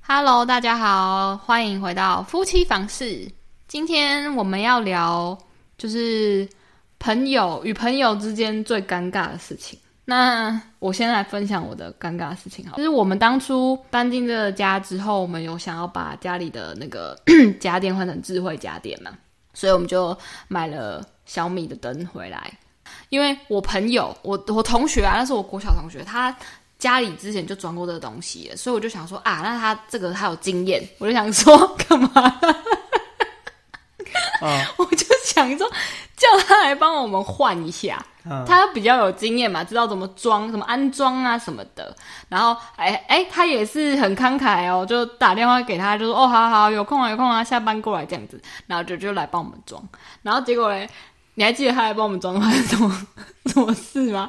Hello，大家好，欢迎回到夫妻房事。今天我们要聊就是朋友与朋友之间最尴尬的事情。那我先来分享我的尴尬的事情哈，就是我们当初搬进这个家之后，我们有想要把家里的那个 家电换成智慧家电嘛，所以我们就买了小米的灯回来。因为我朋友，我我同学啊，那是我国小同学，他家里之前就装过这个东西了，所以我就想说啊，那他这个他有经验，我就想说 干嘛？啊 我就想说 叫他来帮我们换一下，嗯他比较有经验嘛，知道怎么装、怎么安装啊什么的。然后哎哎，他也是很慷慨哦，就打电话给他，就说哦，好好有空啊，有空啊，下班过来这样子，然后就就来帮我们装。然后结果嘞，你还记得他来帮我们装发生什么 什么事吗？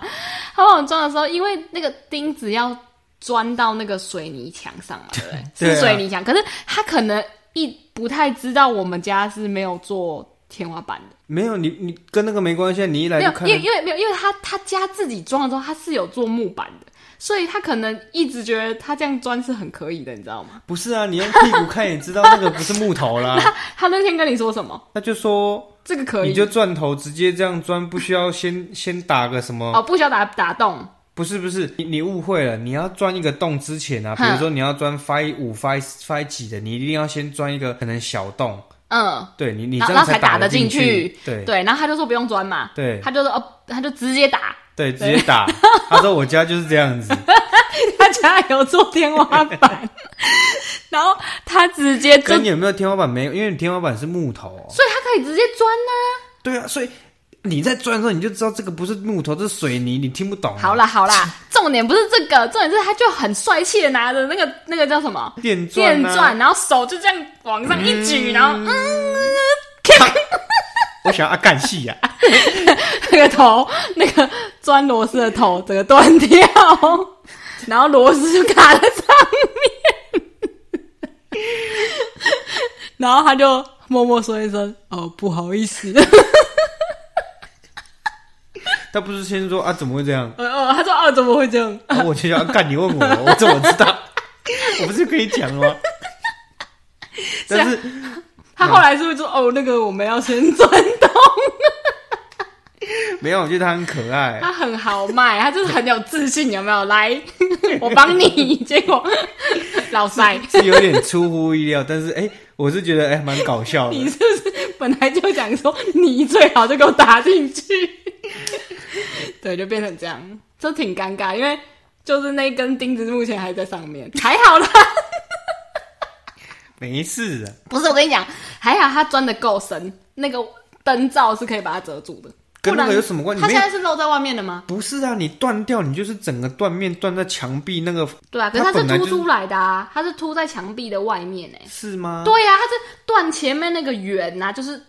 他帮我们装的时候，因为那个钉子要钻到那个水泥墙上嘛，对不对？ 是对啊水泥墙，可是他可能一不太知道我们家是没有做天花板的。没有你，你跟那个没关系啊，你一来没有就，看因为因为没有，因为他他家自己装的时候，他是有做木板的，所以他可能一直觉得他这样钻是很可以的，你知道吗？不是啊，你用屁股看也知道那个不是木头啦。他 那天跟你说什么？那就说这个可以，你就钻头直接这样钻，不需要先 先打个什么？哦，不需要打打洞，不是不是，你你误会了，你要钻一个洞之前啊，比哼如说你要钻 phi 五 phi phi 几的，你一定要先钻一个可能小洞，嗯，对你你然这后然样后才打打得进进去。对对，然后他就说不用钻嘛，对他就说哦，他就直接打， 对，直接打。他说我家就是这样子，他家有做天花 板，然后他直接就，所跟以你有没有天花板没有？因为你天花板是木头、哦。他可以直接钻呢、对啊，所以你在钻的时候，你就知道这个不是木头，这是水泥，你听不懂、啊好，啦好啦，重点不是这个，重点是他就很帅气的拿着那个那个叫什么电钻、电啊，钻，然后手就这样往上一举，然后嗯， 我想要干戏啊呀，那个头，那个钻螺丝的头整个断掉， 然后螺丝就卡在上面， 然后他就默默说一声：“哦，不好意思。 他不是先说啊，怎么会这样”？啊呃呃，他说：“哦，怎么会这样然后我就想要干，你问我，我怎么知道？我不是可以讲了吗？但是？”他后来是不是说：“哦，那个我们要先钻洞。没有，我觉得他很可”爱。他很豪迈，他就是很有自信，有没有？来，我帮你。结果老塞，是有点出乎意料，但是哎、我是觉得哎，蛮、搞笑你的。是不是本来就想说你最好就给我打进去？ 对，就变成这样，就挺尴尬，因为就是那根钉子目前还在上面，还好啦。没事的， 不是我跟你讲，还好它钻的够深，那个灯罩是可以把它遮住的。跟那不个然有什么关系？它没现有，在是露在外面的吗？不是啊，你断掉，你就是整个断面断在墙壁那个，对啊，可是它是它本来凸就是出来的啊，它是凸在墙壁的外面哎、是吗？对呀、啊，它是断前面那个圆呐、就是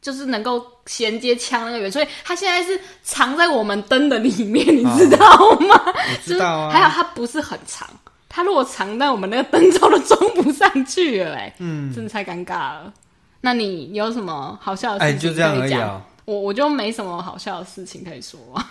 就是能够衔接枪那个圆，所以它现在是藏在我们灯的里面，你知道吗？我就啊知是道啊。还有它不是很长，它如果长，但我们那个灯罩都装不上去了、哎，嗯，真的太尴尬了。那你有什么好笑的哎事情就这样可以讲？而已啊我我就没什么好笑的事情可以说、啊。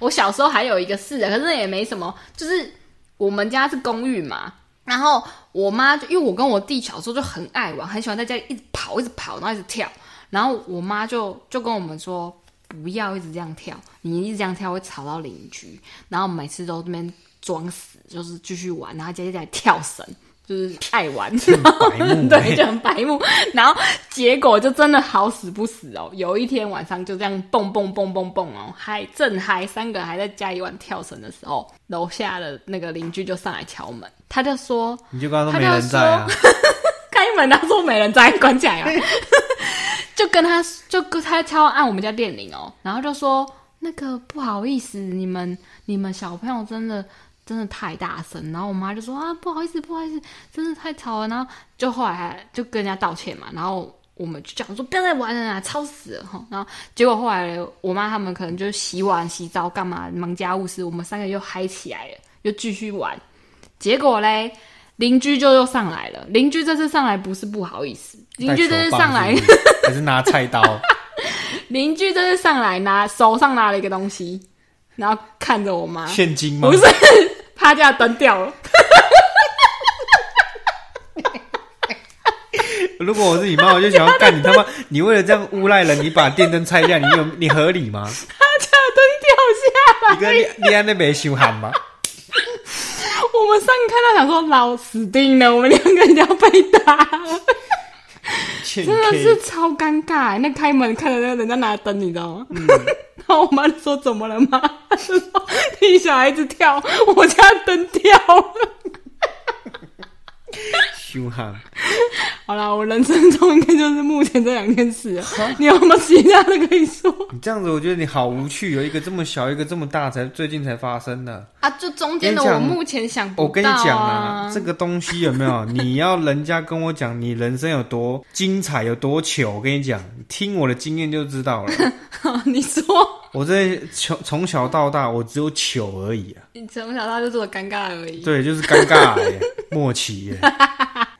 我小时候还有一个事啊，可是也没什么，就是我们家是公寓嘛，然后我妈就因为我跟我弟小时候就很爱玩，很喜欢在家里一直跑，一直跑，然后一直跳，然后我妈就就跟我们说。不要一直这样跳，你一直这样跳会吵到邻居。然后每次都这边装死，就是继续玩，然后接下来跳绳，就是爱玩。白 目、对，就很白目。然后结果就真的好死不死哦，有一天晚上就这样蹦蹦蹦蹦蹦哦，还正嗨，三个还在家里玩跳绳的时候，楼下的那个邻居就上来敲门，他就说你就跟他说没人在啊，开门，他说没人在，关起来了。 就跟他就跟他敲按我们家电铃哦，然后就说那个不好意思，你们你们小朋友真的真的太大声，然后我妈就说啊不好意思不好意思，真的太吵了，然后就后来还就跟人家道歉嘛，然后。我们就讲说不要再玩了啦，吵死了哈！然后结果后来我妈他们可能就洗碗、洗澡干嘛忙家务事，我们三个又嗨起来了，又继续玩。结果嘞，邻居就又上来了。邻居这次上来不是不好意思，邻居这次上来啊带球棒是不是还是拿菜刀， 邻居这次上来拿手上拿了一个东西，然后看着我妈， 现金吗不？是，他家的灯掉了，如果我是你妈，我就想要干你他妈！你为了这样诬赖人，你把电灯拆下，你有 你合理吗？他家灯掉下来，你跟你安那边羞喊吗？我们上一看到想说老死定了，我们两个一定要被打了，真真的是超尴尬。欸那开门看着那个人家拿灯，你知道吗？ 然后我妈就说怎么了妈？她就说 你小孩子跳，我家灯掉了。羞喊，好啦，我人生中应该就是目前这两件事了。你有没有其他的可以说？你这样子，我觉得你好无趣。有一个这么小，一个这么大，才最近才发生的。啊，就中间的我目前想我跟你讲啊，这个东西有没有？你要人家跟我讲你人生有多精彩，有多糗。我跟你讲，听我的经验就知道了。 你说我这从从小到大，我只有糗而已啊。你从小到大就这么尴尬而已。对，就是尴尬耶，默契耶。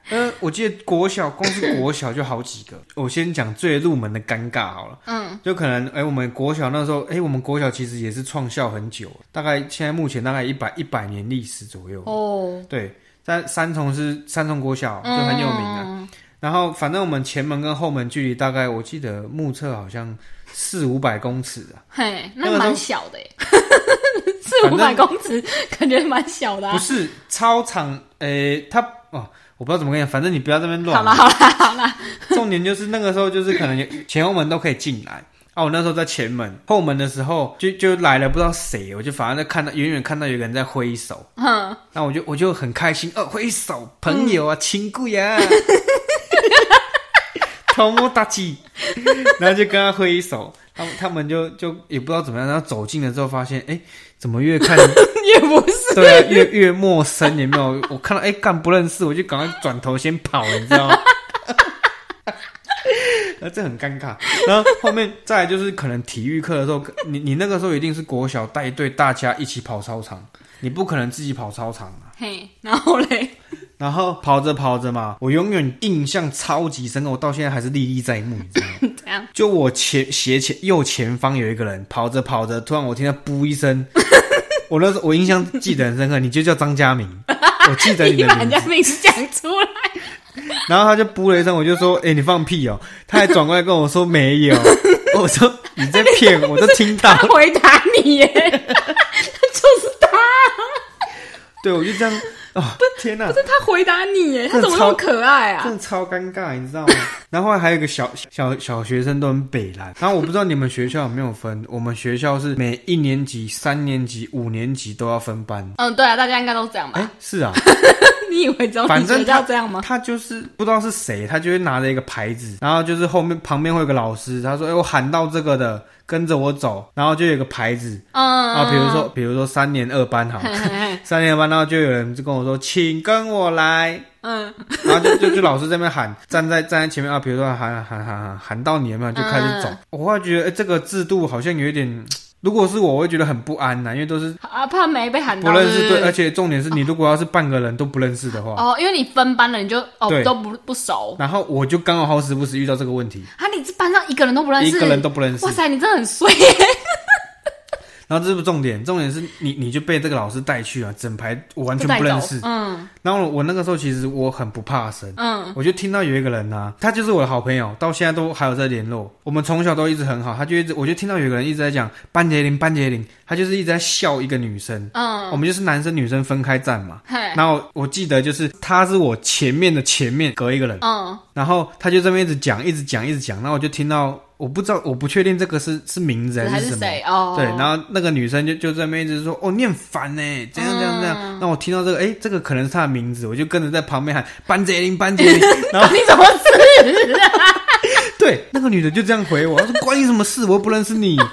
呃，我记得国小，光是国小就好几个。我先讲最入门的尴尬好了，嗯，就可能哎、我们国小那时候，哎、我们国小其实也是创校很久，大概现在目前大概一百一百年历史左右。哦，对，在三重是三重国小就很有名的、嗯然后反正我们前门跟后门距离大概我记得目测好像四五百公尺啊，嘿，那那个蛮都小的耶， 四五百反公尺，感觉蛮小的、不啊。是操场，诶、它哦，我不知道怎么跟你讲，反正你不要这边乱。好啦好啦好啦， 重点就是那个时候就是可能有前后门都可以进来。啊，我那时候在前门，后门的时候就就来了不知道谁，我就反而在看到远远看到有个人在挥手，嗯，那我就我就很开心，哦，挥手，朋友啊， 亲故呀，头摸大鸡，然后就跟他挥手，他们他们就就也不知道怎么样，然后走近了之后发现，哎，怎么越看 也不是， 对、啊、越越陌生，有没有？我看到哎干不认识，我就赶快转头先跑了，你知道吗？ 呃，这很尴尬。然后后面再来就是可能体育课的时候，你你那个时候一定是国小带队，大家一起跑操场，你不可能自己跑操场啊。嘿，然后嘞，然后跑着跑着嘛，我永远印象超级深刻，我到现在还是历历在目，你知道吗？怎样？就我前斜前右前方有一个人跑着跑着，突然我听到“噗”一声， 我那时候我印象记得很深刻，你就叫张佳 明，我记得你你的把名人字家。名字讲出 来，然后他就噗了一声，我就说：“哎、你放屁哦！”他还转过来跟我说：“没 有。”我说：“你在骗我，我都听到他。 回答你耶，就是他，” 对，我就这样啊、天哪不！是他回答你耶，他这怎么那么超可爱啊真？的超尴尬，你知道吗？然后后来还有一个小小小学生都很北蓝，然后我不知道你们学校有没有分，我们学校是每一年级、三年级、五年级都要分班。嗯，对啊，大家应该都这样哎、吧？是啊， 你以为只有反你正学他校这样吗？他就是不知道是谁，他就会拿着一个牌子，然后就是后面旁边会有个老师，他说：“哎、我喊到这个的，跟着我走。”然后就有一个牌子嗯，啊，比如说比如说三年二班好，嘿，嘿嘿三年二班，然后就有人就跟我说：“请跟我 来。”嗯，然后就就就老师在那边喊，站在站在前面啊，比如说喊喊喊喊喊到你有没有，就开始嗯走。我后来觉得、哎这个制度好像有一点，如果是我，我会觉得很不安呐、因为都是啊，怕没被喊不到，认识，对对，不而对。且重点是你如果要是半个人都不认识的话，哦，因为你分班了，你就哦对都不不熟。然后我就刚好好时不时遇到这个问题，啊，你这班上一个人都不认一识，个人都不认识哇。塞，你真的很衰耶！然后这是不重点，重点是你你就被这个老师带去啊，整排我完全不认识 就带走。嗯然后我那个时候其实我很不怕生，嗯，我就听到有一个人呐、他就是我的好朋友，到现在都还有在联络。我们从小都一直很好，他就一直，我就听到有一个人一直在讲班杰林，班杰林，他就是一直在笑一个女生。嗯，我们就是男生女生分开站嘛。嘿，然后我记得就是他是我前面的前面隔一个人，嗯然后他就这边一直讲，一直讲，一直讲。然后我就听到，我不知道，我不确定这个是是名字还是什么。谁哦？对，然后那个女生就就在那边一直说，哦，你很烦呢，怎样怎样怎样。嗯那、我听到这个，哎，这个可能是她的名字，我就跟着在旁边喊班杰林，班杰林。然后你怎么是？对，那个女的就这样回我，她说关你什么事，我又不认识你。 人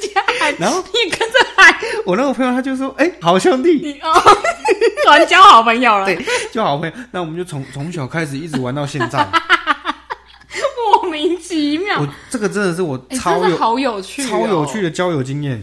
家喊，然后你跟着喊，我那个朋友他就说，哎，好兄弟，你哦， 转交好朋友了，对，就好朋友。那我们就从从小开始一直玩到现在。莫名其妙，我这个真的是我哎，超真有、的好有趣，哦超有趣。的交友经验。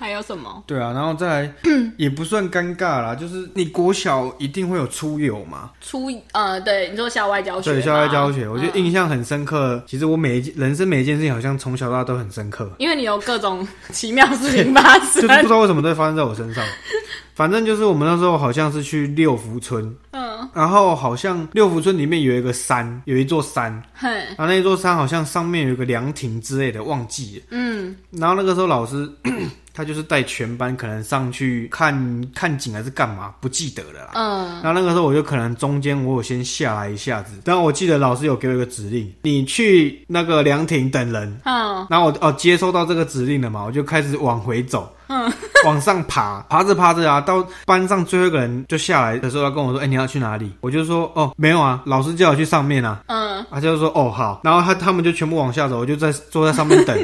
还有什么？对啊，然后再来、嗯也不算尴尬啦，就是你国小一定会有出游嘛，初呃，对，你说校外教学嘛，对，校外教学，我觉得嗯印象很深刻。其实我每一件人生每一件事情，好像从小到大都 很深刻，因为你有各种奇妙事情发就是生不，知道为什么都会发生在我身上。反正就是我们那时候好像是去六福村，嗯，然后好像六福村里面有一个山，有一座山，嘿，然后那座山好像上面有一个凉亭之类的，忘记了。嗯，然后那个时候老师 他就是带全班可能上去看看景还是干嘛，不记得了啦。嗯，然后那个时候我就可能中间我有先下来一下子，但我记得老师有给我一个指令，你去那个凉亭等人。嗯，然后我哦接收到这个指令了嘛，我就开始往回走，嗯，往上爬，爬着爬着啊，到班上最后一个人就下来的时候，他跟我说：“哎、你要去哪里？”我就说：“哦，没有啊，老师叫我去上面啊。”嗯，他就说哦好，然后他他们就全部往下走，我就在坐在上 面等。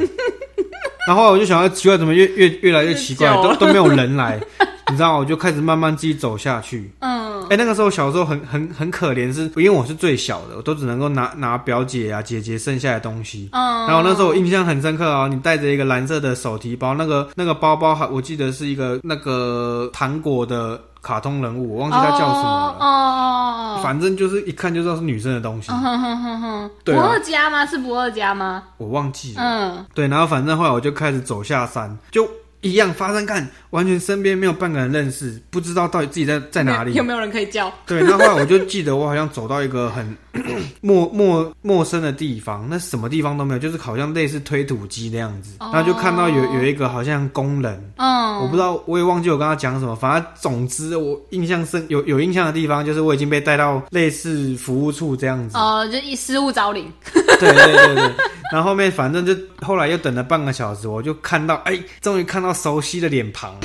然后后来我就想，哎奇怪，怎么越越越来越奇怪，越久都了都没有人来，你知道吗？我就开始慢慢自己走下去。嗯，哎，那个时候小时候很很很可怜是，因为我是最小的，我都只能够拿拿表姐啊姐姐剩下的东西。嗯，哦然后那时候我印象很深刻哦，你带着一个蓝色的手提包，那个那个包包还我记得是一个那个糖果的卡通人物，我忘记他叫哦什么了，哦哦哦，反正就是一看就知道是女生的东西，嗯哼哼哼哼，不对啊二家吗？是不二家吗？我忘记了。嗯，对，然后反正后来我就开始走下山，就一样发生干，完全身边没有半个人认识，不知道到底自 己在在哪里有。没有人可以叫？对，那后来我就记得我好像走到一个很 陌陌陌生的地方，那什么地方都没有，就是好像类似推土机那样子，哦然后就看到有有一个好像工人。嗯，我不知道，我也忘记我跟他讲什么。反正总之，我印象深有有印象的地方，就是我已经被带到类似服务处这样子。哦，就一失物招领， 对对对对，然后后面反正就后来又等了半个小时，我就看到哎，终于看到熟悉的脸 庞了，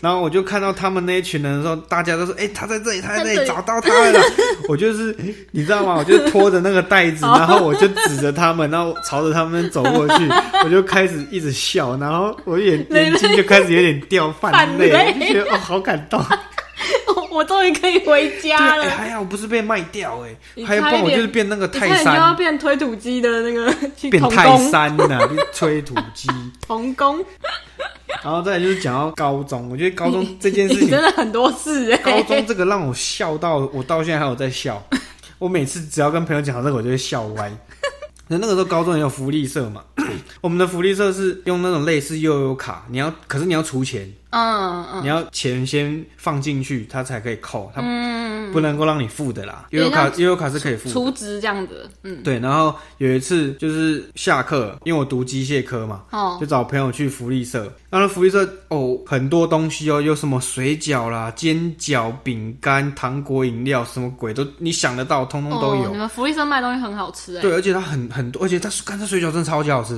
然后我就看到他们那一群人的时候，大家都说哎，他在这里，他在这在这里，里找到他了。 我就是你知道吗？我就拖着那个 袋子，然后我就指着他们，然后朝着他们走过去，我就开始一直笑，然后我眼哦 泪眼睛就开始有点掉泛泛泪，泪我就觉得哦，好感 动。我我终于可以回对，家哎，了。还好不是被卖掉，哎，你还有不然差一我点就是变那个你泰看，你就山要。变推土机的那个去变童泰工，山呐、 去吹土机，童工，然后再来就是讲到高中，我觉得高中这件事你情真，的很多事哎、 高中这个让我笑到我到现在还有在笑。我每次只要跟朋友讲到这个，我就会笑歪。 那那个时候高中也有福利社嘛， 我们的福利社是用那种类似悠游卡，你要可是你要出钱，嗯嗯你要钱先放进去，它才可以扣，它嗯，不能够让你付的啦。有悠游卡点悠游卡是可以付的，除职这样子，嗯，对。然后有一次就是下课，因为我读机械科嘛，哦，就找朋友去福利社。然后福利社哦，很多东西哦，有什么水饺啦、煎饺、饼干、糖果、饮料，什么鬼都你想得到，通通都哦有。你们福利社卖东西很好吃哎、对，而且它很很多，而且它干这水饺真的超 级好吃，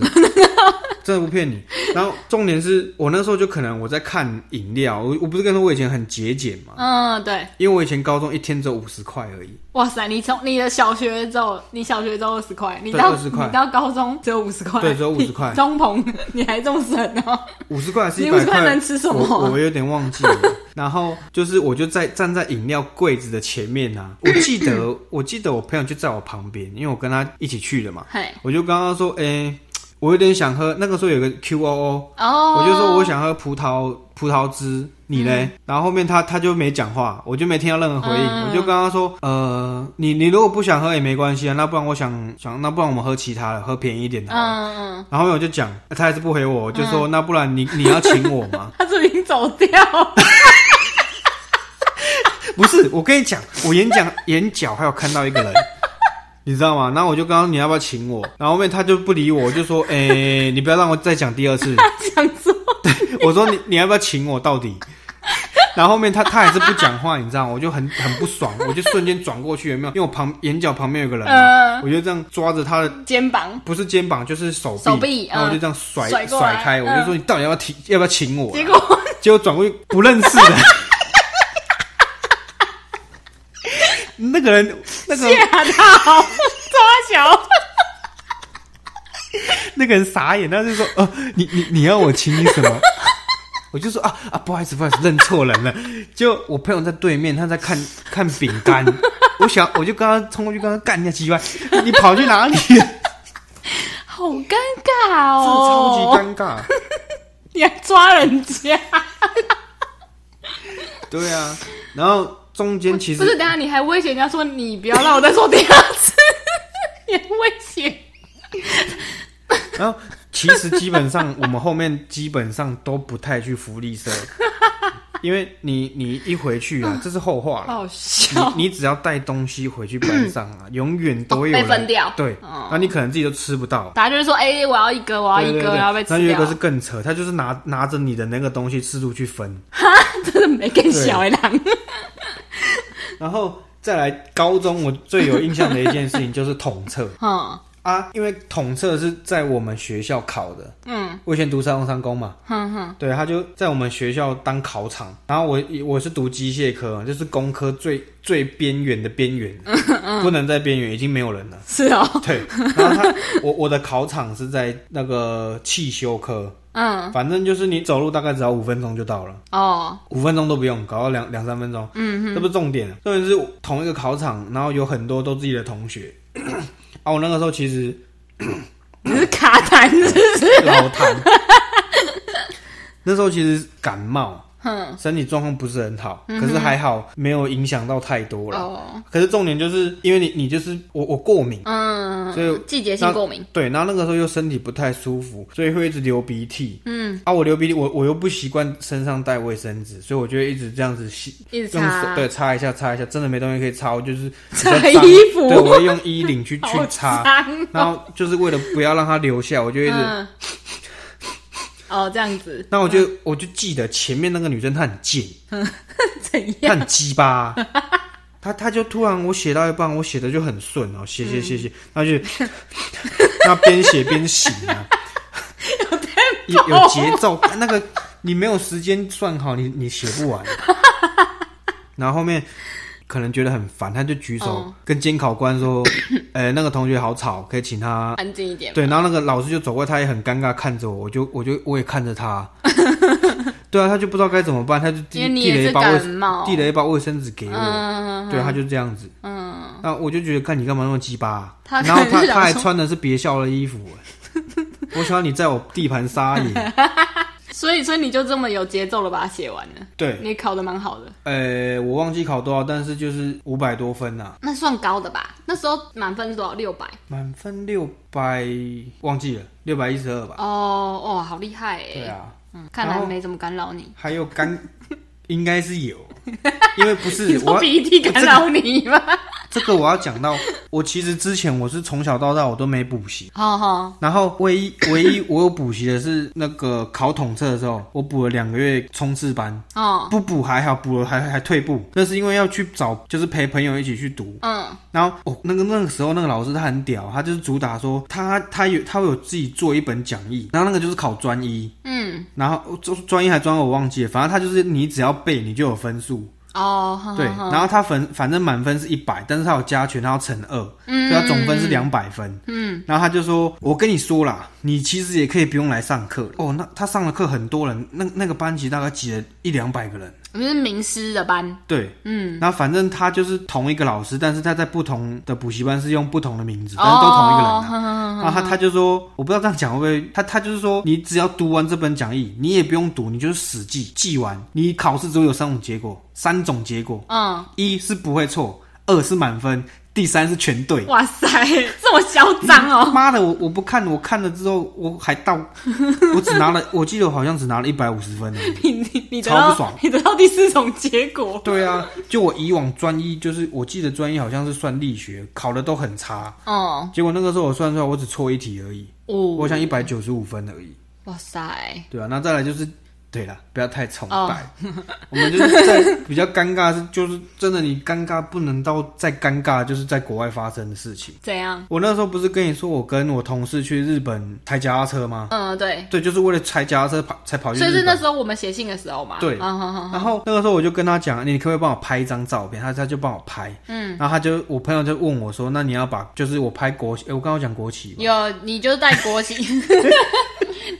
真的不骗你。然后重点是我那时候就可能我在看饮料，我我不是跟你说我以前很节俭嘛，嗯，对，因为我以前高中一天只有五十块而已。哇塞，你从你的小学之后，你小学只有二十块，你对到20块你到高中只有五十块，对只有50块你中棚你还中神 哦，五十块还是一你百50块能吃什么啊我我有点忘记了。 然后就是，我就在站在饮料柜子的前面啊，我记得我记得我朋友就在我旁边，因为我跟他一起去的嘛，嘿，我就跟他说，哎、我有点想喝，那个时候有个 QOO，哦，我就说我想喝葡萄葡萄汁，你呢？然后后面他他就没讲话，我就没听到任何回应，嗯我就跟他说，呃，你你如果不想喝也没关系啊，那不然我想想，那不然我们喝其他的，喝便宜一点的好了。嗯嗯，然后我就讲，他还是不回我，我就说、那不然你你要请我 ？吗他是不是已经走掉了，不是，我跟你讲，我眼角眼角还有看到一 个人，你知道吗？然后我就刚刚你要不要请我？然后后面他就不理我，我就 说，哎、你不要让我再讲第二次。想说，我说你你要不要请我到底？然后后面他他还是不讲话，你知道吗？我就很很不爽，我就瞬间转过去，有没有？因为我旁眼角旁边有个人嘛，嗯我就这样抓着他的 肩膀，不是肩膀就是手臂，手臂然后我就嗯这样甩甩过来嗯开，我就说你到底要不要请要不要请我啊？结果结果转过去不认识的。 那个人，那个吓到，抓小。那个人傻眼，他就说：“呃，你你你要我请你什么？” 我就说：“啊啊，不好意思，不好意思，认错人了。”就我朋友在对面，他在看看饼干，我想我就跟他冲过去，跟他干一下鸡巴，你跑去哪里？ 真的 好尴尬超级哦！尴尬。你还抓人家？对啊，然后中间其实不是，等一下你还威胁人家说你不要让我再说第二 次，你还威胁？然后 其实基本上我们后面基本上都不太去福利社，因为你你一回去嗯啊，这是后话了。好笑。你你只要带东西回去班上啊，永远都会哦有被人分掉对，哦那你可能自己都吃不到。大家就是说，哎、我要一个，我要对一对个，对然后被那吃有一掉个。是更扯，他就是拿拿着你的那个东西四处去分，真的没更小哎、狼。然后再来高中，我最有印象的一件事情就是统测 嗯啊，因为统测是在我们学校考的，嗯我以前读三龙三公嘛，哼哼，对，他就在我们学校当考场，然后我我是读机械科，就是工科最最边缘的 边缘，嗯不能在边缘，已经没有人了。是哦，对，然后他我我的考场是在那个汽修科，嗯反正就是你走路大概只要五分钟就到了，哦，五分钟都不用，搞到两两三分钟，嗯，这不是重点，重点是同一个考场，然后有很多都自己的同学， 啊，我那个时候其实你是卡痰是不是？ 老痰。那时候其实感冒，哼嗯身体状况不是很好，可是还好没有影响到太多了。哦可是重点就是因为你你就是我我过敏，嗯，所以季节性过敏，对，然后那个时候又身体不太舒服，所以会一直流鼻涕。嗯，啊，我流鼻涕，我我又不习惯身上带卫生纸，所以我就会一直这样子吸，一直用手擦，对擦一下擦一下，真的没东西可以擦，我就是比较擦脏衣服对，我会用衣领去去 好擦，脏然后就是为了不要让它流下，我就一直嗯，哦，这样子 那我就、我就记得前面那个女生她很贱，怎样？她很鸡巴、她她就突然我写到一半，我写的就很顺哦，写写写写，她就那边写边醒啊，有有节奏，那个你没有时间算好，你你写不完。然后后面可能觉得很烦，她就举手嗯跟监考官说：“ 呃，那个同学好吵，可以请他安静一点，对，然后那个老师就走过，他也很尴尬看着我，我就我就我也看 着他，对啊，他就不知道该怎么办，他就因递为你递也了一是包卫感生冒，递了一包卫生纸给我，嗯，对，他就这样子，嗯，那我就觉得看你干嘛那么鸡巴啊、他然后可能他是想他还说穿的是别校的衣服、欸 我喜欢你在我地盘撒野，所以所以你就这么有节奏的把它写完了，对，你考的蛮好的，呃，我忘记考多少，但是就是五百多分呐、那算高的吧？那时候满分是多少？六百。满分六百，忘记了六百一十二吧，哦哦，好厉害哎！对啊。嗯，看然来后没怎么干扰你。还有干，应该是 有，因为不你是我 说要鼻涕干扰你吗？ 这个我要讲到，我其实之前我是从小到大我都没补习，好好，然后唯一唯一我有补习的是那个考统测的时候，我补了两个月冲刺班，哦，不补还好，补了还还退步，那是因为要去找就是陪朋友一起去读。嗯然后哦，那个那个时候那个老师他很屌，他就是主打说他他有他会有自己做一本讲义，然后那个就是考专一，嗯，然后专专一还专二我忘记了，反正他就是你只要背你就有分数，哦，好对，好好然后他反反正满分是一百，但是他有加权，他要乘二，嗯所以他总分是两百分。嗯，然后他就说：“我跟你说啦，你其实也可以不用来上课。”哦，那他上的课很多人，那那个班级大概挤了一两百个人。我们是名师的班，对，嗯，然后反正他就是同一个老师，但是他在不同的补习班是用不同的名字，但是都同一个人、哦啊。，哼哼然后他他就说，我不知道这样讲会不会，他他就是说，你只要读完这本讲义，你也不用读，你就是死记记完，你考试只会有三种结果，三种结果，嗯，一是不会错，二是满分，第三是全对。哇塞， 这么嚣张 哦，妈的，我我不看，我看了之后我还到， 我只拿了，我记得我好像只拿了一百五十分而哦已。你你你得超不爽到你得到第四种结果，对啊，就我以往专一，就是我记得专一好像是算力学，考的都很差。哦，结果那个时候我算出来，我只错一题而已，我哦，想一百九十五分而已。哇塞，对啊，那再来就是，对了，不要太崇拜。 我们就是在比较尴尬是，就是真的你尴尬不能到再尴尬，就是在国外发生的事情。怎样？我那时候不是跟你说，我跟我同事去日本踩脚踏车吗？嗯，对，对，就是为了踩脚踏车跑才跑去所以日是那本。时候我们写信的时候嘛，对嗯哼哼，然后那个时候我就跟他讲，哎你可不可以帮我拍一张照片？他他就帮我拍，嗯，然后他就我朋友就问我说，那你要把就是我拍国哎旗，诶我刚刚有讲国旗嘛，有你就带国 旗，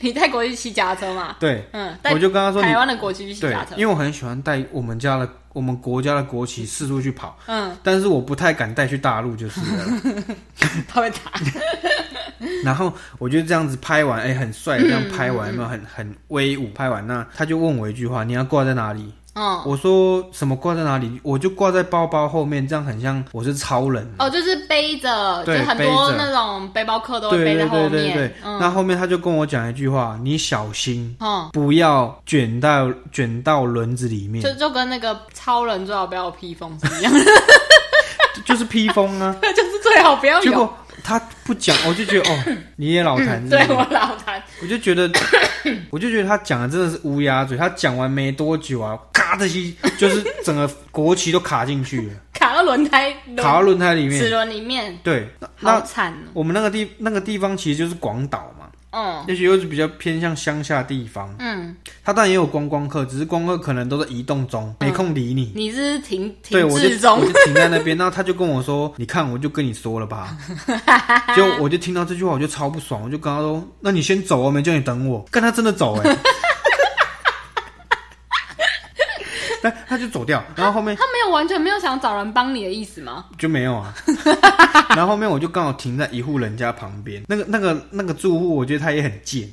你带国旗骑脚踏车嘛，对，嗯，带我就跟他说你台湾的国旗去骑对脚踏，车，因为我很喜欢带我们家的我们国家的国旗四处去跑，嗯， 但是我不太敢带去大陆就是了啦，他会打， 然后我就这样子拍完，哎、很嗯帅，这样拍完，有没有很很威武？拍完那他就问我一句话：你要挂在哪里？嗯，我说什么挂在哪里？我就挂在包包后面，这样很像我是超人。哦，就是背着，就对很多背着那种背包客都会对背对在后对对面对，。嗯，那后面他就跟我讲一句话：你小心，嗯，不要卷到卷到轮子里面，就就跟那个超人最好不要有披风是一样，就就是披 风啊。的，就是最好不要结哦有。果他不讲，我就觉得哦，你也老谈、 对我老谭，我就觉得，我就觉得他讲的真的是乌鸦嘴。他讲完没多久啊，咔的一，就是整个国旗都卡进去了，卡到轮胎轮卡到轮胎里齿面。轮里面，对，那好那惨我们那个地那个地方其实就是广岛嘛，哦。也许又是比较偏向乡下地方。嗯嗯，他当然也有观光客，只是观光客可能都在移动中，没空理你。你是停对，停我就滞中我，就停在那边，然后他就跟我说：“你看，我就跟你说了吧。”结果我就听到这句话，我就超不爽，我就跟他说：“那你先走，我啊没叫你等我。”但他真的走哎、欸，但他就走掉，然后后面他没有完全没有想找人帮你的意思吗？ 就没有啊。然后后面我就刚好停在一户人家旁边，那个那个那个住户，我觉得他也很贱，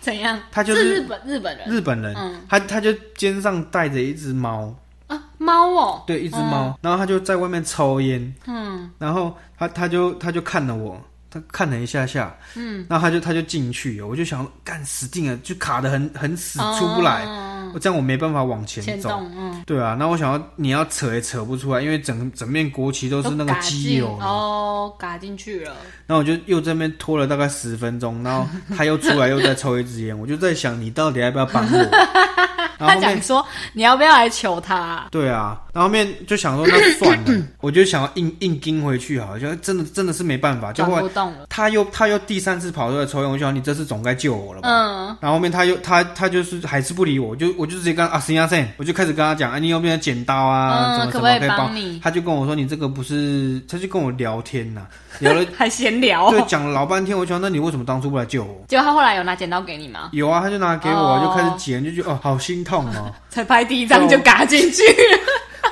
怎样？他就是是日本日本人日本人，嗯他他就肩上带着一只猫，啊，猫哦，对，一只猫，然后他就在外面抽烟。嗯然后他他就他就看了我，他看了一下下，嗯，然后他就他就进去了，我就想干死定了，就卡的很很死，出不来，嗯我这样我没办法往前牵走。动，嗯，对啊，那我想要你要扯也扯不出来，因为整整面国旗都是那个嘎机进油，哦，嘎进去了，然后我就又这边拖了大概十分钟，然后他又出来又再抽一支烟，我就在想你到底要不要帮 我？然后他后讲面说你要不要来求他？对啊，然后后面就想说那算 了，我就想要硬硬盯回去好了，就真的真的是没办法，就转后来不动了，他又他又第三次跑出来抽烟，我就想你这次总该救我了吧？嗯，然后后面他又他他就是还是不理我，我就我就直接跟他啊行啊行，我就开始跟他讲，啊你有没有剪刀啊？嗯怎么可怎不么可以可以帮你他就跟我说你这个不是，他就跟我聊天 呐、聊了嗯还闲聊，对讲了老半天，我就想那你为什么当初不来救我？结果他后来有拿剪刀给你吗？有啊，他就拿给我啊，哦就开始剪，就觉得哦好心痛哦。才拍第一张就嘎进去，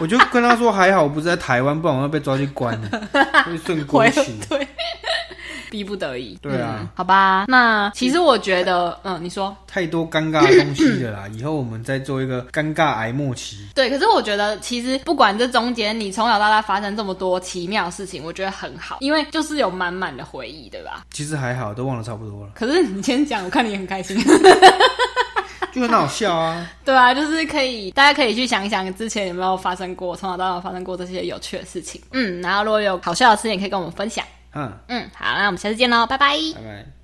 我就跟他说还好我不是在台湾，不然我要被抓去关了，会顺国回旗。对， 逼不得已，对啊嗯，好吧，那其实我觉得，嗯，你说。太多尴尬的东西了啦，以后我们再做一个尴尬癌末期。对，可是我觉得其实不管这中间你从小到大发生这么多奇妙的事情，我觉得很好，因为就是有满满的回忆，对吧？其实还好，都忘得差不多了，可是你先讲，我看你很开心。就很好笑啊。对啊，就是可以，大家可以去想一想之前有没有发生过，从小到大有发生过这些有趣的事情。嗯，然后如果有好笑的事情，也可以跟我们分享。嗯，嗯，好，那我们下次见喽，拜拜。拜拜。